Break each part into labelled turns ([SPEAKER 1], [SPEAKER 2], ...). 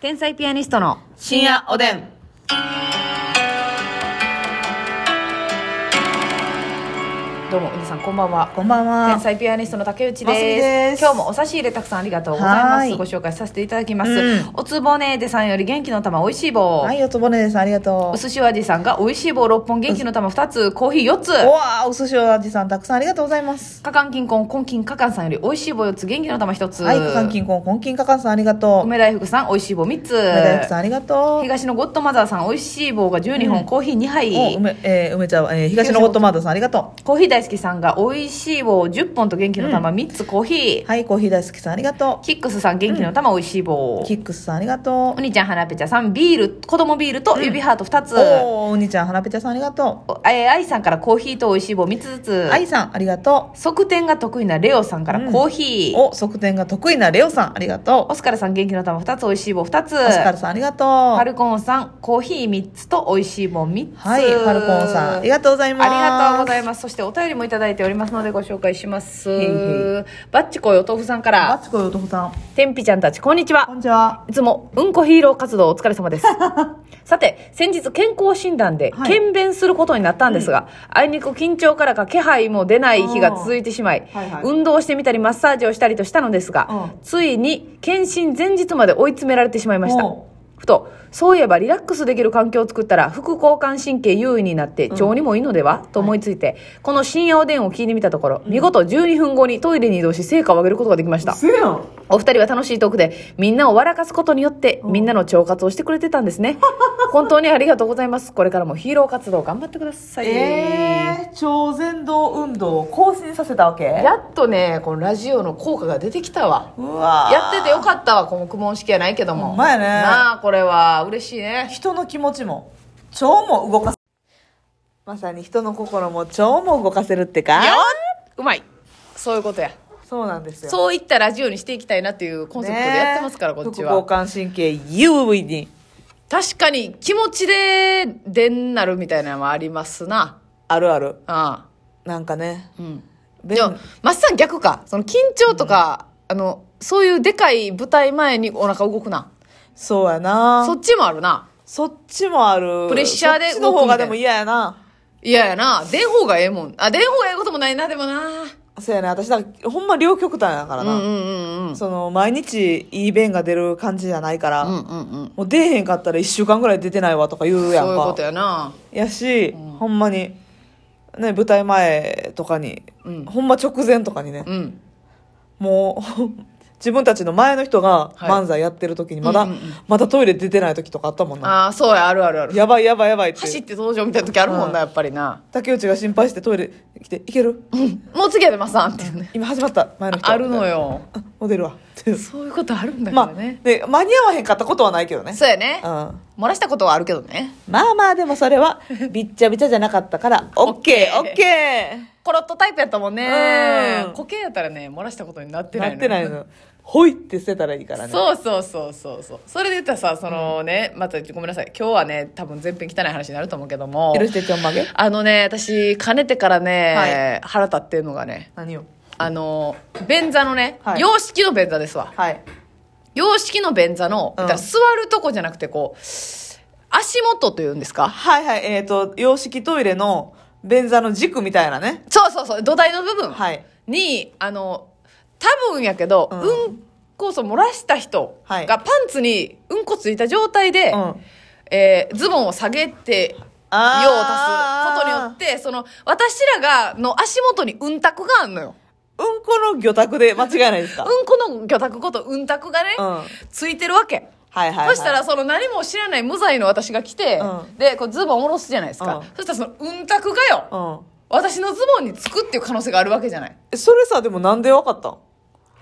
[SPEAKER 1] 天才ピアニストの
[SPEAKER 2] 深夜おでん。
[SPEAKER 1] どうも皆さんこんばんは
[SPEAKER 2] こんばんは
[SPEAKER 1] 天才ピアニストの竹内
[SPEAKER 2] ますみ
[SPEAKER 1] で
[SPEAKER 2] ですす
[SPEAKER 1] 今日もお差し入れたくさんありがとうございま
[SPEAKER 2] はー
[SPEAKER 1] す
[SPEAKER 2] い
[SPEAKER 1] ご紹介させていただきます、
[SPEAKER 2] うん
[SPEAKER 1] おつぼねでさんより元気の玉おいしい棒、
[SPEAKER 2] はい、おつぼねです。ありがと
[SPEAKER 1] お
[SPEAKER 2] う。
[SPEAKER 1] 寿司おじさんがおいしい棒6本元気の玉2つコーヒー4つ
[SPEAKER 2] おわーお寿司おじさん、たくさんありがとうございます。
[SPEAKER 1] かかんきんこんこんきんかかんさんよりおいしい棒4つ元気の玉1つ
[SPEAKER 2] はい、かかんきんこん、こんきんかかんさん、ありがとう。
[SPEAKER 1] 梅大福さんおいしい棒3つ
[SPEAKER 2] 梅大福さん、ありがとう。
[SPEAKER 1] 東のゴッドマザーさんおいしい棒が12本、コーヒー2杯
[SPEAKER 2] お、梅、えー、梅ちゃん、えー、東のゴッドマザーさん、ありがと
[SPEAKER 1] コーヒー大好きさんがおいしい棒10本と元気の玉3つコーヒー、
[SPEAKER 2] う。はい、コーヒー大好きさん、ありがと
[SPEAKER 1] キックスさん元気の玉おいしい棒、
[SPEAKER 2] う。キックスさん、ありがと
[SPEAKER 1] お兄ちゃんはなぺちゃさんビール子供ビールと指ハート2つ、
[SPEAKER 2] う。おー、おにちゃん、はなぺちゃさん、ありがと
[SPEAKER 1] おえー愛さんからコーヒーとおいしい棒3つず
[SPEAKER 2] う。
[SPEAKER 1] つ
[SPEAKER 2] あいさん、ありがと
[SPEAKER 1] 側転が得意なレオさんからコーヒ
[SPEAKER 2] う。
[SPEAKER 1] ー、
[SPEAKER 2] お、側転が得意なレオさん、ありがと
[SPEAKER 1] オスカルさん元気の玉2つおいしい棒2つ
[SPEAKER 2] う。オスカルさん、ありがと
[SPEAKER 1] フ
[SPEAKER 2] う。
[SPEAKER 1] ァ
[SPEAKER 2] は
[SPEAKER 1] ルコンさんコーヒー3つとおいしい棒3つ
[SPEAKER 2] い、ファルコンさん、ありがとうございます。
[SPEAKER 1] ありがとうござい
[SPEAKER 2] ま
[SPEAKER 1] ます。そしてお便りもいただいておりますのでご紹介します。
[SPEAKER 2] いへ
[SPEAKER 1] バッチコイお豆腐さんか
[SPEAKER 2] バ
[SPEAKER 1] ら、
[SPEAKER 2] チコよとこさん、
[SPEAKER 1] 天日ちゃんたち、こんにち
[SPEAKER 2] こ
[SPEAKER 1] は
[SPEAKER 2] ん。にちは。
[SPEAKER 1] いつも、うんこヒーロー活動お疲れ様 です。さて、先日健康診断で、
[SPEAKER 2] はい
[SPEAKER 1] 検便することになったんですが、あいにく緊張からか気配も出ない日が続いてしまい
[SPEAKER 2] あーはいはい、
[SPEAKER 1] 運動してみたりマッサージをしたりとしたのですが
[SPEAKER 2] う、
[SPEAKER 1] ついに、検診前日まで追い詰められてしまいました
[SPEAKER 2] おう。
[SPEAKER 1] ふと、そういえばリラックスできる環境を作ったら副交感神経優位になって腸にもいいのでは、と思いついて、この深夜おでんを聞いてみたところ、見事12分後にトイレに移動し成果を上げることができました。
[SPEAKER 2] せやん。
[SPEAKER 1] お二人は楽しいトークで、みんなを笑かすことによって、みんなの腸活をしてくれてたんです ね。本当にありがとうございます。これからもヒーロー活動頑張ってください。
[SPEAKER 2] えー、超伝導運動を更新させたわけ
[SPEAKER 1] やっとね、このラジオの効果が出てきたわ。
[SPEAKER 2] うわー
[SPEAKER 1] やっててよかったわ、この苦悶式やないけども。
[SPEAKER 2] ほんまやね
[SPEAKER 1] なあ、これは嬉しいね。
[SPEAKER 2] 人の気持ちも腸も動かすまさに人の心も腸も動かせるってか
[SPEAKER 1] ようまい。そういうことや。
[SPEAKER 2] そうなんですよ
[SPEAKER 1] そういったラジオにしていきたいなっていうコンセプトでやってますから、
[SPEAKER 2] ね
[SPEAKER 1] こっち
[SPEAKER 2] 副交
[SPEAKER 1] は。
[SPEAKER 2] 感神経優位に
[SPEAKER 1] 確かに気持ちで、でんなるみたいなのもありますな。
[SPEAKER 2] あるある
[SPEAKER 1] あ
[SPEAKER 2] なんかね
[SPEAKER 1] あ。うん。
[SPEAKER 2] 便
[SPEAKER 1] でも、マッサン逆か。その緊張とか、あの、そういうでかい舞台前にお腹動くな。
[SPEAKER 2] そうやな
[SPEAKER 1] そ
[SPEAKER 2] そ
[SPEAKER 1] っちもあるな。
[SPEAKER 2] っちもある
[SPEAKER 1] プレッシャーで動く
[SPEAKER 2] そっちの方がでも
[SPEAKER 1] み
[SPEAKER 2] 嫌やない
[SPEAKER 1] ややな。出ん方がええもん。あ、出ん方がええこともないな、でもな。
[SPEAKER 2] そうやね私だからほんま両極端やから
[SPEAKER 1] うんう
[SPEAKER 2] な、
[SPEAKER 1] んうんうん。
[SPEAKER 2] その毎日いい便が出る感じじゃないから、
[SPEAKER 1] うんうんうん。
[SPEAKER 2] もう出えへんかったら1週間ぐらい出てないわとか言うやん
[SPEAKER 1] そう
[SPEAKER 2] か
[SPEAKER 1] いうことやな。
[SPEAKER 2] やし、ほんまに、ね、舞台前とかに、
[SPEAKER 1] うん
[SPEAKER 2] ほんま直前とかにね、
[SPEAKER 1] うん。
[SPEAKER 2] もう 自分たちの前の人が
[SPEAKER 1] はい
[SPEAKER 2] 漫才やってる時にまだ、
[SPEAKER 1] うんうんうん
[SPEAKER 2] まだトイレ出てない時とかあったもんな
[SPEAKER 1] ああ、そうや、あるあるある。
[SPEAKER 2] やばいやばいやばいって
[SPEAKER 1] 走って登場みたいな時あるもんな、やっぱりな。
[SPEAKER 2] 竹内が心配してトイレ来て「いける
[SPEAKER 1] もう次は出ますなんっていうね。
[SPEAKER 2] 今始まった前の人」
[SPEAKER 1] あるのよ。
[SPEAKER 2] みたいな「モデルは」っていう
[SPEAKER 1] そういうことあるんだか
[SPEAKER 2] ま
[SPEAKER 1] ら
[SPEAKER 2] あ
[SPEAKER 1] ね。
[SPEAKER 2] で間に合わへんかったことはないけどね
[SPEAKER 1] そうやね
[SPEAKER 2] う。ん
[SPEAKER 1] 漏らしたことはあるけどね。
[SPEAKER 2] まあまあでもそれはびっちゃびちゃじゃなかったから
[SPEAKER 1] オッケー
[SPEAKER 2] OKOK
[SPEAKER 1] コロッとタイプやったもんね。
[SPEAKER 2] うん
[SPEAKER 1] 固形やったらね、漏らしたことになってないの
[SPEAKER 2] な
[SPEAKER 1] よ
[SPEAKER 2] ってないのほいって捨てたらいいからね
[SPEAKER 1] そうそうそうそうそうそれで言ったらさそのね、またごめんなさい今日はね多分全編汚い話になると思うけども
[SPEAKER 2] 許してちょんまげ
[SPEAKER 1] あのね私かねてからね、腹立ってるのがね
[SPEAKER 2] 何を
[SPEAKER 1] あの便座のね、
[SPEAKER 2] はい
[SPEAKER 1] 洋式の便座ですわ
[SPEAKER 2] はい
[SPEAKER 1] 洋式の便座の、
[SPEAKER 2] う
[SPEAKER 1] 言
[SPEAKER 2] ん
[SPEAKER 1] ったら座るとこじゃなくてこう足元というんですか
[SPEAKER 2] はいはいえっ、と洋式トイレの便座の軸みたいなね
[SPEAKER 1] そうそうそう土台の部分
[SPEAKER 2] はい
[SPEAKER 1] に、あの多分やけど、う
[SPEAKER 2] うんん、
[SPEAKER 1] こをそう漏らした人
[SPEAKER 2] はい
[SPEAKER 1] がパンツにうんこついた状態で、
[SPEAKER 2] うん
[SPEAKER 1] えーズボンを下げて用を足すことによってその私らがの足元にうんたくがあんのよ
[SPEAKER 2] うんこの魚拓で間違いないですか、
[SPEAKER 1] うんこの魚拓ことうんたくがね、
[SPEAKER 2] うん
[SPEAKER 1] ついてるわけ、
[SPEAKER 2] はいはい、はい、
[SPEAKER 1] そしたらその何も知らない無罪の私が来て、
[SPEAKER 2] うん
[SPEAKER 1] でこうズボン下ろすじゃないですか、
[SPEAKER 2] うん
[SPEAKER 1] そしたらそのうんたくがよ、
[SPEAKER 2] うん
[SPEAKER 1] 私のズボンにつくっていう可能性があるわけじゃない
[SPEAKER 2] えそれさでもなんでわかったん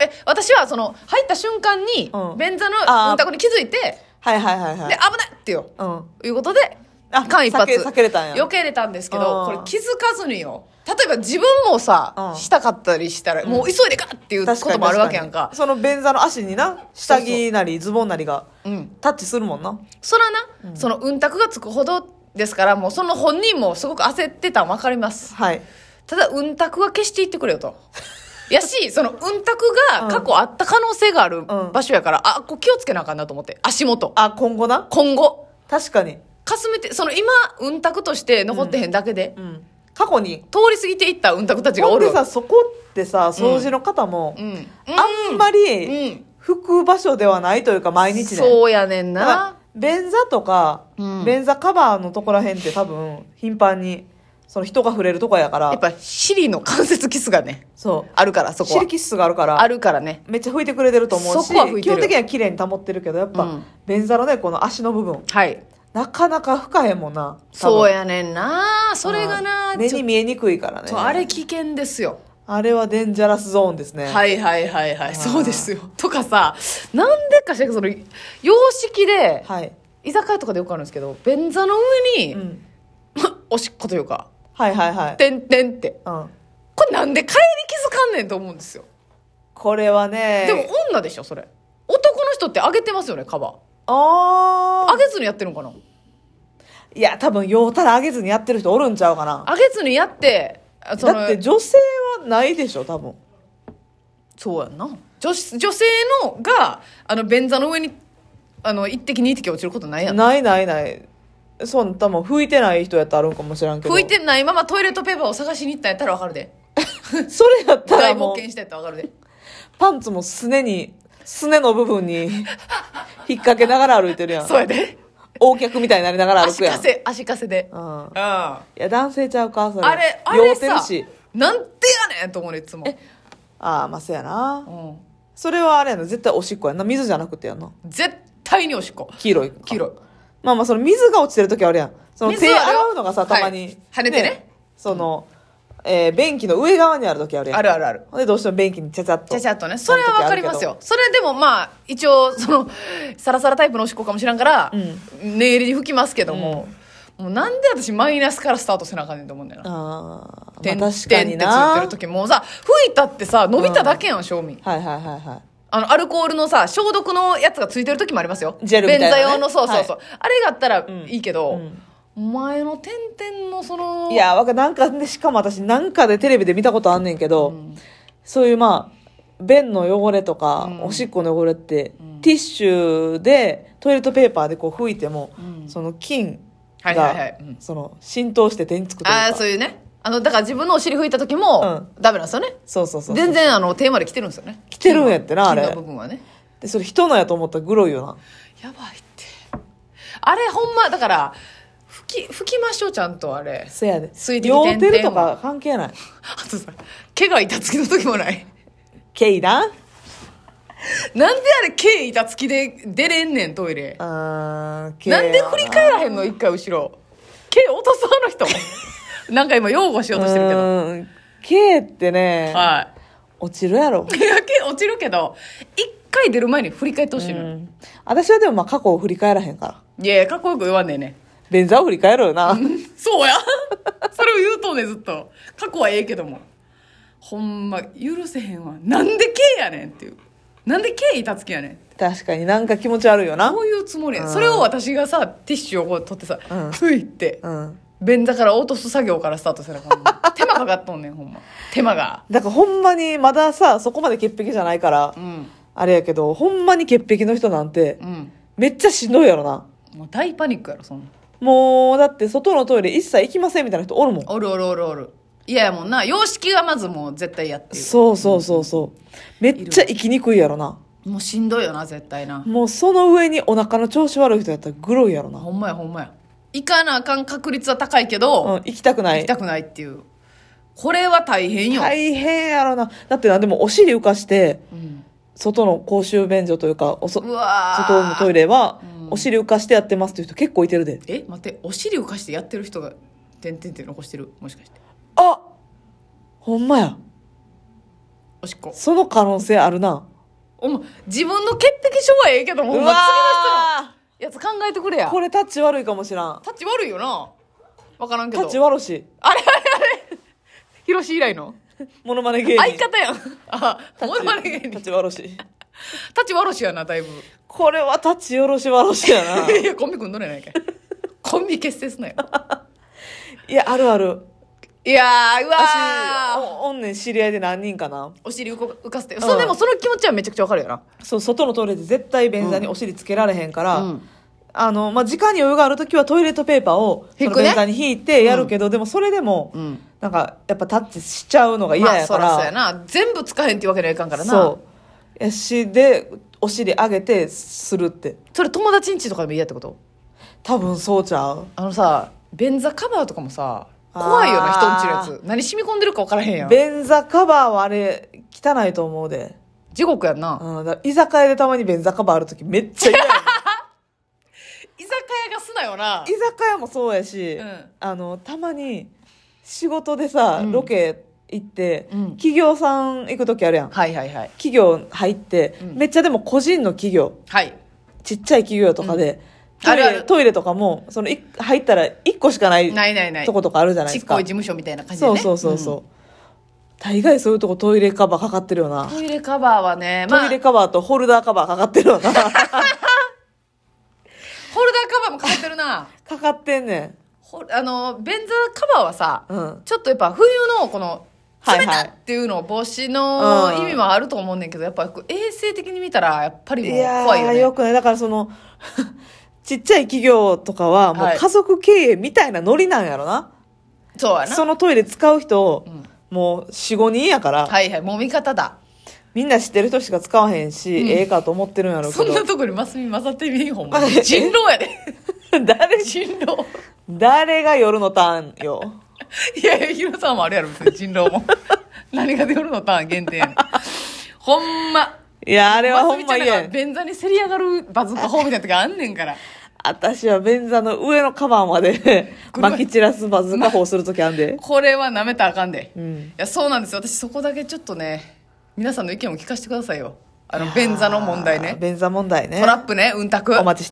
[SPEAKER 1] え私はその入った瞬間に
[SPEAKER 2] うん
[SPEAKER 1] 便座の
[SPEAKER 2] あー
[SPEAKER 1] うんたくに気づいて、
[SPEAKER 2] はいはいはいは
[SPEAKER 1] で
[SPEAKER 2] い
[SPEAKER 1] 危ないってよ
[SPEAKER 2] うん
[SPEAKER 1] いうことで
[SPEAKER 2] あ
[SPEAKER 1] 間一髪
[SPEAKER 2] 避け避けれたんや
[SPEAKER 1] 避けれたんですけどこ
[SPEAKER 2] うん
[SPEAKER 1] れ気づかずによ例えば自分もさ、
[SPEAKER 2] うん
[SPEAKER 1] したかったりしたら、もう急いでかっていうこ
[SPEAKER 2] 確かに
[SPEAKER 1] ともあるわけやんか
[SPEAKER 2] 確にその便座の足にな下着なりズボンなりが
[SPEAKER 1] うん
[SPEAKER 2] タッチするもんな
[SPEAKER 1] そらな、そのうんたくがつくほどですからもうその本人もすごく焦ってたの分かります
[SPEAKER 2] はい
[SPEAKER 1] ただうんたくは消していってくれよとや し、その、うんたくが過去あった可能性がある場所やから、あ、こう気をつけなあかんなと思って。足元。
[SPEAKER 2] あ、今後な。
[SPEAKER 1] 今後。
[SPEAKER 2] 確かに。
[SPEAKER 1] かすめて、その今、うんたくとして残ってへんだけで、
[SPEAKER 2] うん。過去に。
[SPEAKER 1] 通り過ぎていったうんたくたちが
[SPEAKER 2] ほ
[SPEAKER 1] お
[SPEAKER 2] ん
[SPEAKER 1] る
[SPEAKER 2] で。さ、そこってさ、掃除の方も、
[SPEAKER 1] うん。
[SPEAKER 2] あんま
[SPEAKER 1] う
[SPEAKER 2] り、
[SPEAKER 1] ん。
[SPEAKER 2] 拭く場所ではないというか、毎日ね。
[SPEAKER 1] そうやねん
[SPEAKER 2] だから
[SPEAKER 1] な。
[SPEAKER 2] 便座とか、
[SPEAKER 1] うん
[SPEAKER 2] 便座カバーのとこらへんって多分、頻繁に、その人が触れるとこやか
[SPEAKER 1] やっ
[SPEAKER 2] ら、
[SPEAKER 1] ぱ、尻の関節キスがね、
[SPEAKER 2] そう。
[SPEAKER 1] あるから、そこ
[SPEAKER 2] シ
[SPEAKER 1] は
[SPEAKER 2] ル。キッスがあるから、
[SPEAKER 1] あるからね。
[SPEAKER 2] めっちゃ拭いてくれてると思うし、
[SPEAKER 1] そこは拭いてる
[SPEAKER 2] 基本的には綺麗に保ってるけど、やっぱ、
[SPEAKER 1] うん
[SPEAKER 2] 便座のね、この足の部分、
[SPEAKER 1] はい。
[SPEAKER 2] なかなか深いもんな。多分
[SPEAKER 1] そうやねんな。それが
[SPEAKER 2] う
[SPEAKER 1] な、
[SPEAKER 2] ん目
[SPEAKER 1] ちょ
[SPEAKER 2] に
[SPEAKER 1] っ
[SPEAKER 2] 見えにくいからね。
[SPEAKER 1] と、あれ危険ですよ。
[SPEAKER 2] あれはデンジャラスゾーンですね。
[SPEAKER 1] はいはいはいはい。
[SPEAKER 2] ー
[SPEAKER 1] そうですよ。とかさ、なんでかしらんけどその、洋式で、
[SPEAKER 2] はい。
[SPEAKER 1] 居酒屋とかでよくあるんですけど、便座の上に、
[SPEAKER 2] うん。
[SPEAKER 1] おしっこというか、
[SPEAKER 2] はいはいはい。
[SPEAKER 1] てんてんって。
[SPEAKER 2] うん。
[SPEAKER 1] これなんで帰り気づかんねんと思うんですよ。
[SPEAKER 2] これはね。
[SPEAKER 1] でも、女でしょ、それ。男の人って上げてますよね、カバー。
[SPEAKER 2] あ
[SPEAKER 1] 上げずにやってるのかない
[SPEAKER 2] や、多分、用たら上げずにやってる人おるんちゃうかな。
[SPEAKER 1] 上げずにやって、あその
[SPEAKER 2] だって女性はないでしょ、多分。
[SPEAKER 1] そうやんな女子女性のがあの便座の上にあの一滴二滴落ちることないやん
[SPEAKER 2] ないないない。そう、多分、拭いてない人やったらあるんかもしらんけど。
[SPEAKER 1] 拭いてないままトイレットペーパーを探しに行ったんやったらわかるで
[SPEAKER 2] それやったら
[SPEAKER 1] 大
[SPEAKER 2] も
[SPEAKER 1] 冒
[SPEAKER 2] う
[SPEAKER 1] 険、したんやったらわかるで
[SPEAKER 2] パンツもすねに、すねの部分に引っ掛けながら歩いてるや ん。
[SPEAKER 1] そうやで
[SPEAKER 2] 横脚みたいになりながら歩
[SPEAKER 1] 足
[SPEAKER 2] くや
[SPEAKER 1] か
[SPEAKER 2] ん。
[SPEAKER 1] せ足かせで
[SPEAKER 2] うん。い
[SPEAKER 1] うんあ
[SPEAKER 2] や、男性ちゃうか、それ。
[SPEAKER 1] れあれ
[SPEAKER 2] 酔うてる
[SPEAKER 1] さ
[SPEAKER 2] し。
[SPEAKER 1] なんでやねんと思うねいつも、
[SPEAKER 2] ああ、まあ、そうやな。
[SPEAKER 1] う、
[SPEAKER 2] それはあれやな絶対おしっこやんな水じゃなくてやんなん
[SPEAKER 1] 絶対におしっこ
[SPEAKER 2] 黄色い
[SPEAKER 1] 黄色い
[SPEAKER 2] まあまあその水が落ちてる時あるやんその
[SPEAKER 1] 水
[SPEAKER 2] 手
[SPEAKER 1] はあるよ
[SPEAKER 2] 洗うのがさたま
[SPEAKER 1] は
[SPEAKER 2] に、
[SPEAKER 1] い跳ねてね
[SPEAKER 2] その、えー便器の上側にある時あるやん
[SPEAKER 1] あるあるある
[SPEAKER 2] ほんでどうしても便器にちゃちゃっと
[SPEAKER 1] ちゃちゃっとねそれはわかりますよそれでもまあ一応その サラサラタイプのおしっこかもしらんから、念入りに拭きますけども、もうなんで私マイナスからスタートせなあかんねんと思うんだよ
[SPEAKER 2] あ
[SPEAKER 1] な、
[SPEAKER 2] あ
[SPEAKER 1] て
[SPEAKER 2] ー、
[SPEAKER 1] ん
[SPEAKER 2] まあ、確か
[SPEAKER 1] てん
[SPEAKER 2] に
[SPEAKER 1] ってついて
[SPEAKER 2] な
[SPEAKER 1] る時もさ拭いたってさ伸びただけやん、正味
[SPEAKER 2] はいはいはいはい
[SPEAKER 1] あのアルコールのさ消毒のやつがついてる時もありますよ
[SPEAKER 2] ジェルみたいなね
[SPEAKER 1] 便座用のそうそうそう、あれがあったらいいけど、
[SPEAKER 2] ん
[SPEAKER 1] お前の点々のその
[SPEAKER 2] いやわかなんかねしかも私なんかでテレビで見たことあんねんけど、そういうまあ便の汚れとか、おしっこの汚れって、ティッシュでトイレットペーパーでこう拭いても、その菌が、
[SPEAKER 1] はいはいはいうん
[SPEAKER 2] その浸透して手につくというか
[SPEAKER 1] ああそういうねあのだから自分のお尻拭いた時も、ダメなんですよね
[SPEAKER 2] そうそうそう
[SPEAKER 1] 全然あのテーマで来てるんですよね
[SPEAKER 2] 来てるんやってな
[SPEAKER 1] 金の
[SPEAKER 2] あれ
[SPEAKER 1] 金の部分はね
[SPEAKER 2] でそれ人のやと思ったらグロいよな
[SPEAKER 1] やばいってあれほんまだから吹き吹きましょうちゃんとあれ
[SPEAKER 2] せやで
[SPEAKER 1] 水滴
[SPEAKER 2] 両
[SPEAKER 1] 点々
[SPEAKER 2] 手るとか関係ない
[SPEAKER 1] あとさ毛が板付きの時もない
[SPEAKER 2] ケイ
[SPEAKER 1] な
[SPEAKER 2] だ
[SPEAKER 1] んであれ毛板付きで出れんねんトイレ
[SPEAKER 2] あー毛や
[SPEAKER 1] なんで振り返らへんの一回後ろ毛落とすあの 人なんか今擁護しようとしてるけ
[SPEAKER 2] う
[SPEAKER 1] ど
[SPEAKER 2] ーん毛ってね、
[SPEAKER 1] は
[SPEAKER 2] 落ちるやろ
[SPEAKER 1] いいや毛落ちるけど一回出る前に振り返ってほしいのよ
[SPEAKER 2] 私はでもまあ過去を振り返らへんから
[SPEAKER 1] いやいやかっこよく言わんねえね
[SPEAKER 2] 便座を振り返ろう よな
[SPEAKER 1] そうやそれを言うとんねんずっと過去はええけどもほんま許せへんわなんで刑やねんっていうなんで刑板つきやねん
[SPEAKER 2] 確かになんか気持ち悪いよな
[SPEAKER 1] こういうつもりや
[SPEAKER 2] うん
[SPEAKER 1] それを私がさティッシュをこう取ってさ
[SPEAKER 2] うん
[SPEAKER 1] ふいって
[SPEAKER 2] うん
[SPEAKER 1] 便座から落とす作業からスタートせなあかんの手間かかっとんねんほんま手間が
[SPEAKER 2] だからほんまにまださそこまで潔癖じゃないから、
[SPEAKER 1] うん
[SPEAKER 2] あれやけどほんまに潔癖の人なんて、
[SPEAKER 1] うん
[SPEAKER 2] めっちゃしんどいやろな
[SPEAKER 1] もう大パニックやろそんなん
[SPEAKER 2] もうだって外のトイレ一切行きませんみたいな人おるもん
[SPEAKER 1] おるおるおるおる嫌やもんな様式がまずもう絶対嫌ってい
[SPEAKER 2] そうそうそうそうめっちゃ行きにくいやろな
[SPEAKER 1] うもうしんどいよな絶対な
[SPEAKER 2] もうその上にお腹の調子悪い人やったらグロいやろな、
[SPEAKER 1] ほんまやほんまや行かなあかん確率は高いけど、
[SPEAKER 2] うん、行きたくな
[SPEAKER 1] 行き
[SPEAKER 2] い
[SPEAKER 1] たくないっていうこれは大変よ、
[SPEAKER 2] 大変やろなだってなでもお尻浮かして
[SPEAKER 1] うん
[SPEAKER 2] 外の公衆便所というかおそう
[SPEAKER 1] わー
[SPEAKER 2] 外のトイレはお尻浮かしてやってますっていう人結構いてるで
[SPEAKER 1] え待ってお尻浮かしてやってる人が点々って残してるもしかして
[SPEAKER 2] あほんまや
[SPEAKER 1] おしっこ
[SPEAKER 2] その可能性あるな
[SPEAKER 1] お前自分の潔癖症はええけどもほんま次の
[SPEAKER 2] わ
[SPEAKER 1] 人のやつ考えてくれや
[SPEAKER 2] ーこれタッチ悪いかもしらん
[SPEAKER 1] タッチ悪いよな分からんけ
[SPEAKER 2] タ
[SPEAKER 1] ど
[SPEAKER 2] ッチ悪し
[SPEAKER 1] ヒロシ以来の
[SPEAKER 2] モノマネ芸人
[SPEAKER 1] 相方やんあ
[SPEAKER 2] タッ
[SPEAKER 1] モ
[SPEAKER 2] チ
[SPEAKER 1] ノマネ芸
[SPEAKER 2] タ
[SPEAKER 1] 人
[SPEAKER 2] ッチ悪し
[SPEAKER 1] タッチ悪しやなだいぶ
[SPEAKER 2] これはタッチよろしわろしや な
[SPEAKER 1] いやコンビ組んどれないかいコンビ結成すなよ
[SPEAKER 2] いやあるある
[SPEAKER 1] いやー、うわ
[SPEAKER 2] 私
[SPEAKER 1] ー。
[SPEAKER 2] おおんねん知り合いで何人かな
[SPEAKER 1] お尻浮か浮かせて。
[SPEAKER 2] ん
[SPEAKER 1] そう、でもその気持ちはめちゃくちゃわかるよな。
[SPEAKER 2] そう外のトイレで絶対便座にお尻つけられへんから、
[SPEAKER 1] うん
[SPEAKER 2] あのまあ、時間に余裕がある時はトイレットペーパーをそ
[SPEAKER 1] 引
[SPEAKER 2] の
[SPEAKER 1] くね
[SPEAKER 2] 便座に引いてやるけど、でもそれでも、
[SPEAKER 1] うん
[SPEAKER 2] なんかやっぱタッチしちゃうのが嫌
[SPEAKER 1] まあ、
[SPEAKER 2] や
[SPEAKER 1] そ
[SPEAKER 2] から、
[SPEAKER 1] らそうやな。全部つかへんってわけにはいかんからな。
[SPEAKER 2] そうやしでお尻上げてするって
[SPEAKER 1] それ友達んちとかでも嫌ってこと
[SPEAKER 2] 多分そうちゃう
[SPEAKER 1] あのさ、便座カバーとかもさ、怖いよな、人ん
[SPEAKER 2] あ
[SPEAKER 1] ち
[SPEAKER 2] ー
[SPEAKER 1] のやつ。何染み込んでるか分からへんやん。
[SPEAKER 2] 便座カバーはあれ汚いと思うで、
[SPEAKER 1] 地獄やんな。
[SPEAKER 2] うん、だから居酒屋でたまに便座カバーある時めっちゃ嫌やねん
[SPEAKER 1] 居酒屋がすなよな
[SPEAKER 2] 居。酒屋もそうやし、
[SPEAKER 1] うん
[SPEAKER 2] あのたまに仕事でさ、
[SPEAKER 1] うん
[SPEAKER 2] ロケ行って、
[SPEAKER 1] うん
[SPEAKER 2] 企業さん行く時あるやん
[SPEAKER 1] はいはいはい。
[SPEAKER 2] 企業入って、
[SPEAKER 1] うん
[SPEAKER 2] めっちゃでも個人の企業
[SPEAKER 1] はい。
[SPEAKER 2] ちっちゃい企業とかで、
[SPEAKER 1] うん
[SPEAKER 2] トイレ
[SPEAKER 1] あるある
[SPEAKER 2] トイレとかもそのい入ったら1個しかない
[SPEAKER 1] ないないない。
[SPEAKER 2] とことかあるじゃない
[SPEAKER 1] ち
[SPEAKER 2] で
[SPEAKER 1] っ
[SPEAKER 2] す
[SPEAKER 1] こ
[SPEAKER 2] か
[SPEAKER 1] い事務所みたいな感じで
[SPEAKER 2] そ
[SPEAKER 1] ね。
[SPEAKER 2] うそうそうそう、大概そういうとこトイレカバーかかってるよな
[SPEAKER 1] うん。トイレカバーはね、まあ、ホ
[SPEAKER 2] トイレ
[SPEAKER 1] ルダー
[SPEAKER 2] カバーとホルダーカバーかかって るよなか
[SPEAKER 1] カバーもかかってる な。
[SPEAKER 2] かってんね
[SPEAKER 1] ほあの、便座カバーはさ、
[SPEAKER 2] んうん
[SPEAKER 1] ちょっとやっぱ冬のこの、
[SPEAKER 2] はいは
[SPEAKER 1] 冷
[SPEAKER 2] い
[SPEAKER 1] たっていうの防止の
[SPEAKER 2] うん
[SPEAKER 1] 意味もあると思うねんけど、やっぱこう衛生的に見たら、やっぱり
[SPEAKER 2] い
[SPEAKER 1] もう
[SPEAKER 2] や
[SPEAKER 1] 怖いよ
[SPEAKER 2] ー
[SPEAKER 1] ね。
[SPEAKER 2] よくないだからその ちっちゃい企業とかはもう
[SPEAKER 1] はい
[SPEAKER 2] 家族経営みたいなノリなんやろな、
[SPEAKER 1] そうやな。
[SPEAKER 2] そのトイレ使う人を、もう45人やから、
[SPEAKER 1] はいはい、もみ方だ。
[SPEAKER 2] みんな知ってる人しか使わへんし、
[SPEAKER 1] うん
[SPEAKER 2] ええかと思ってるんやろう
[SPEAKER 1] そ
[SPEAKER 2] け
[SPEAKER 1] ん
[SPEAKER 2] ど
[SPEAKER 1] なとこにマスミ混ざってみんほんま
[SPEAKER 2] まあえ
[SPEAKER 1] に。人狼やで。
[SPEAKER 2] 誰
[SPEAKER 1] 人狼。
[SPEAKER 2] 誰が夜のターンよ
[SPEAKER 1] いやいや、ヒロさんもあるやろ、別に人狼 も。何が出るのターン限定やねんほんま。
[SPEAKER 2] いやあれはほんま
[SPEAKER 1] マスミちゃんな
[SPEAKER 2] 嫌
[SPEAKER 1] か便座にせり上がるバズンカホーみたいな時あんねんから。
[SPEAKER 2] 私は便座の上のカバーまで
[SPEAKER 1] 車
[SPEAKER 2] 撒き散らすバズーカ砲するときあんで、
[SPEAKER 1] これは舐めたらあかんで。
[SPEAKER 2] う
[SPEAKER 1] い
[SPEAKER 2] ん、
[SPEAKER 1] や、そうなんですよ。私そこだけちょっとね、 皆さんの意見を聞かせてくださいよ。あの、便座の問題
[SPEAKER 2] あー
[SPEAKER 1] ね。
[SPEAKER 2] 便座問題ね
[SPEAKER 1] トラップね、うんたく。
[SPEAKER 2] お待ちして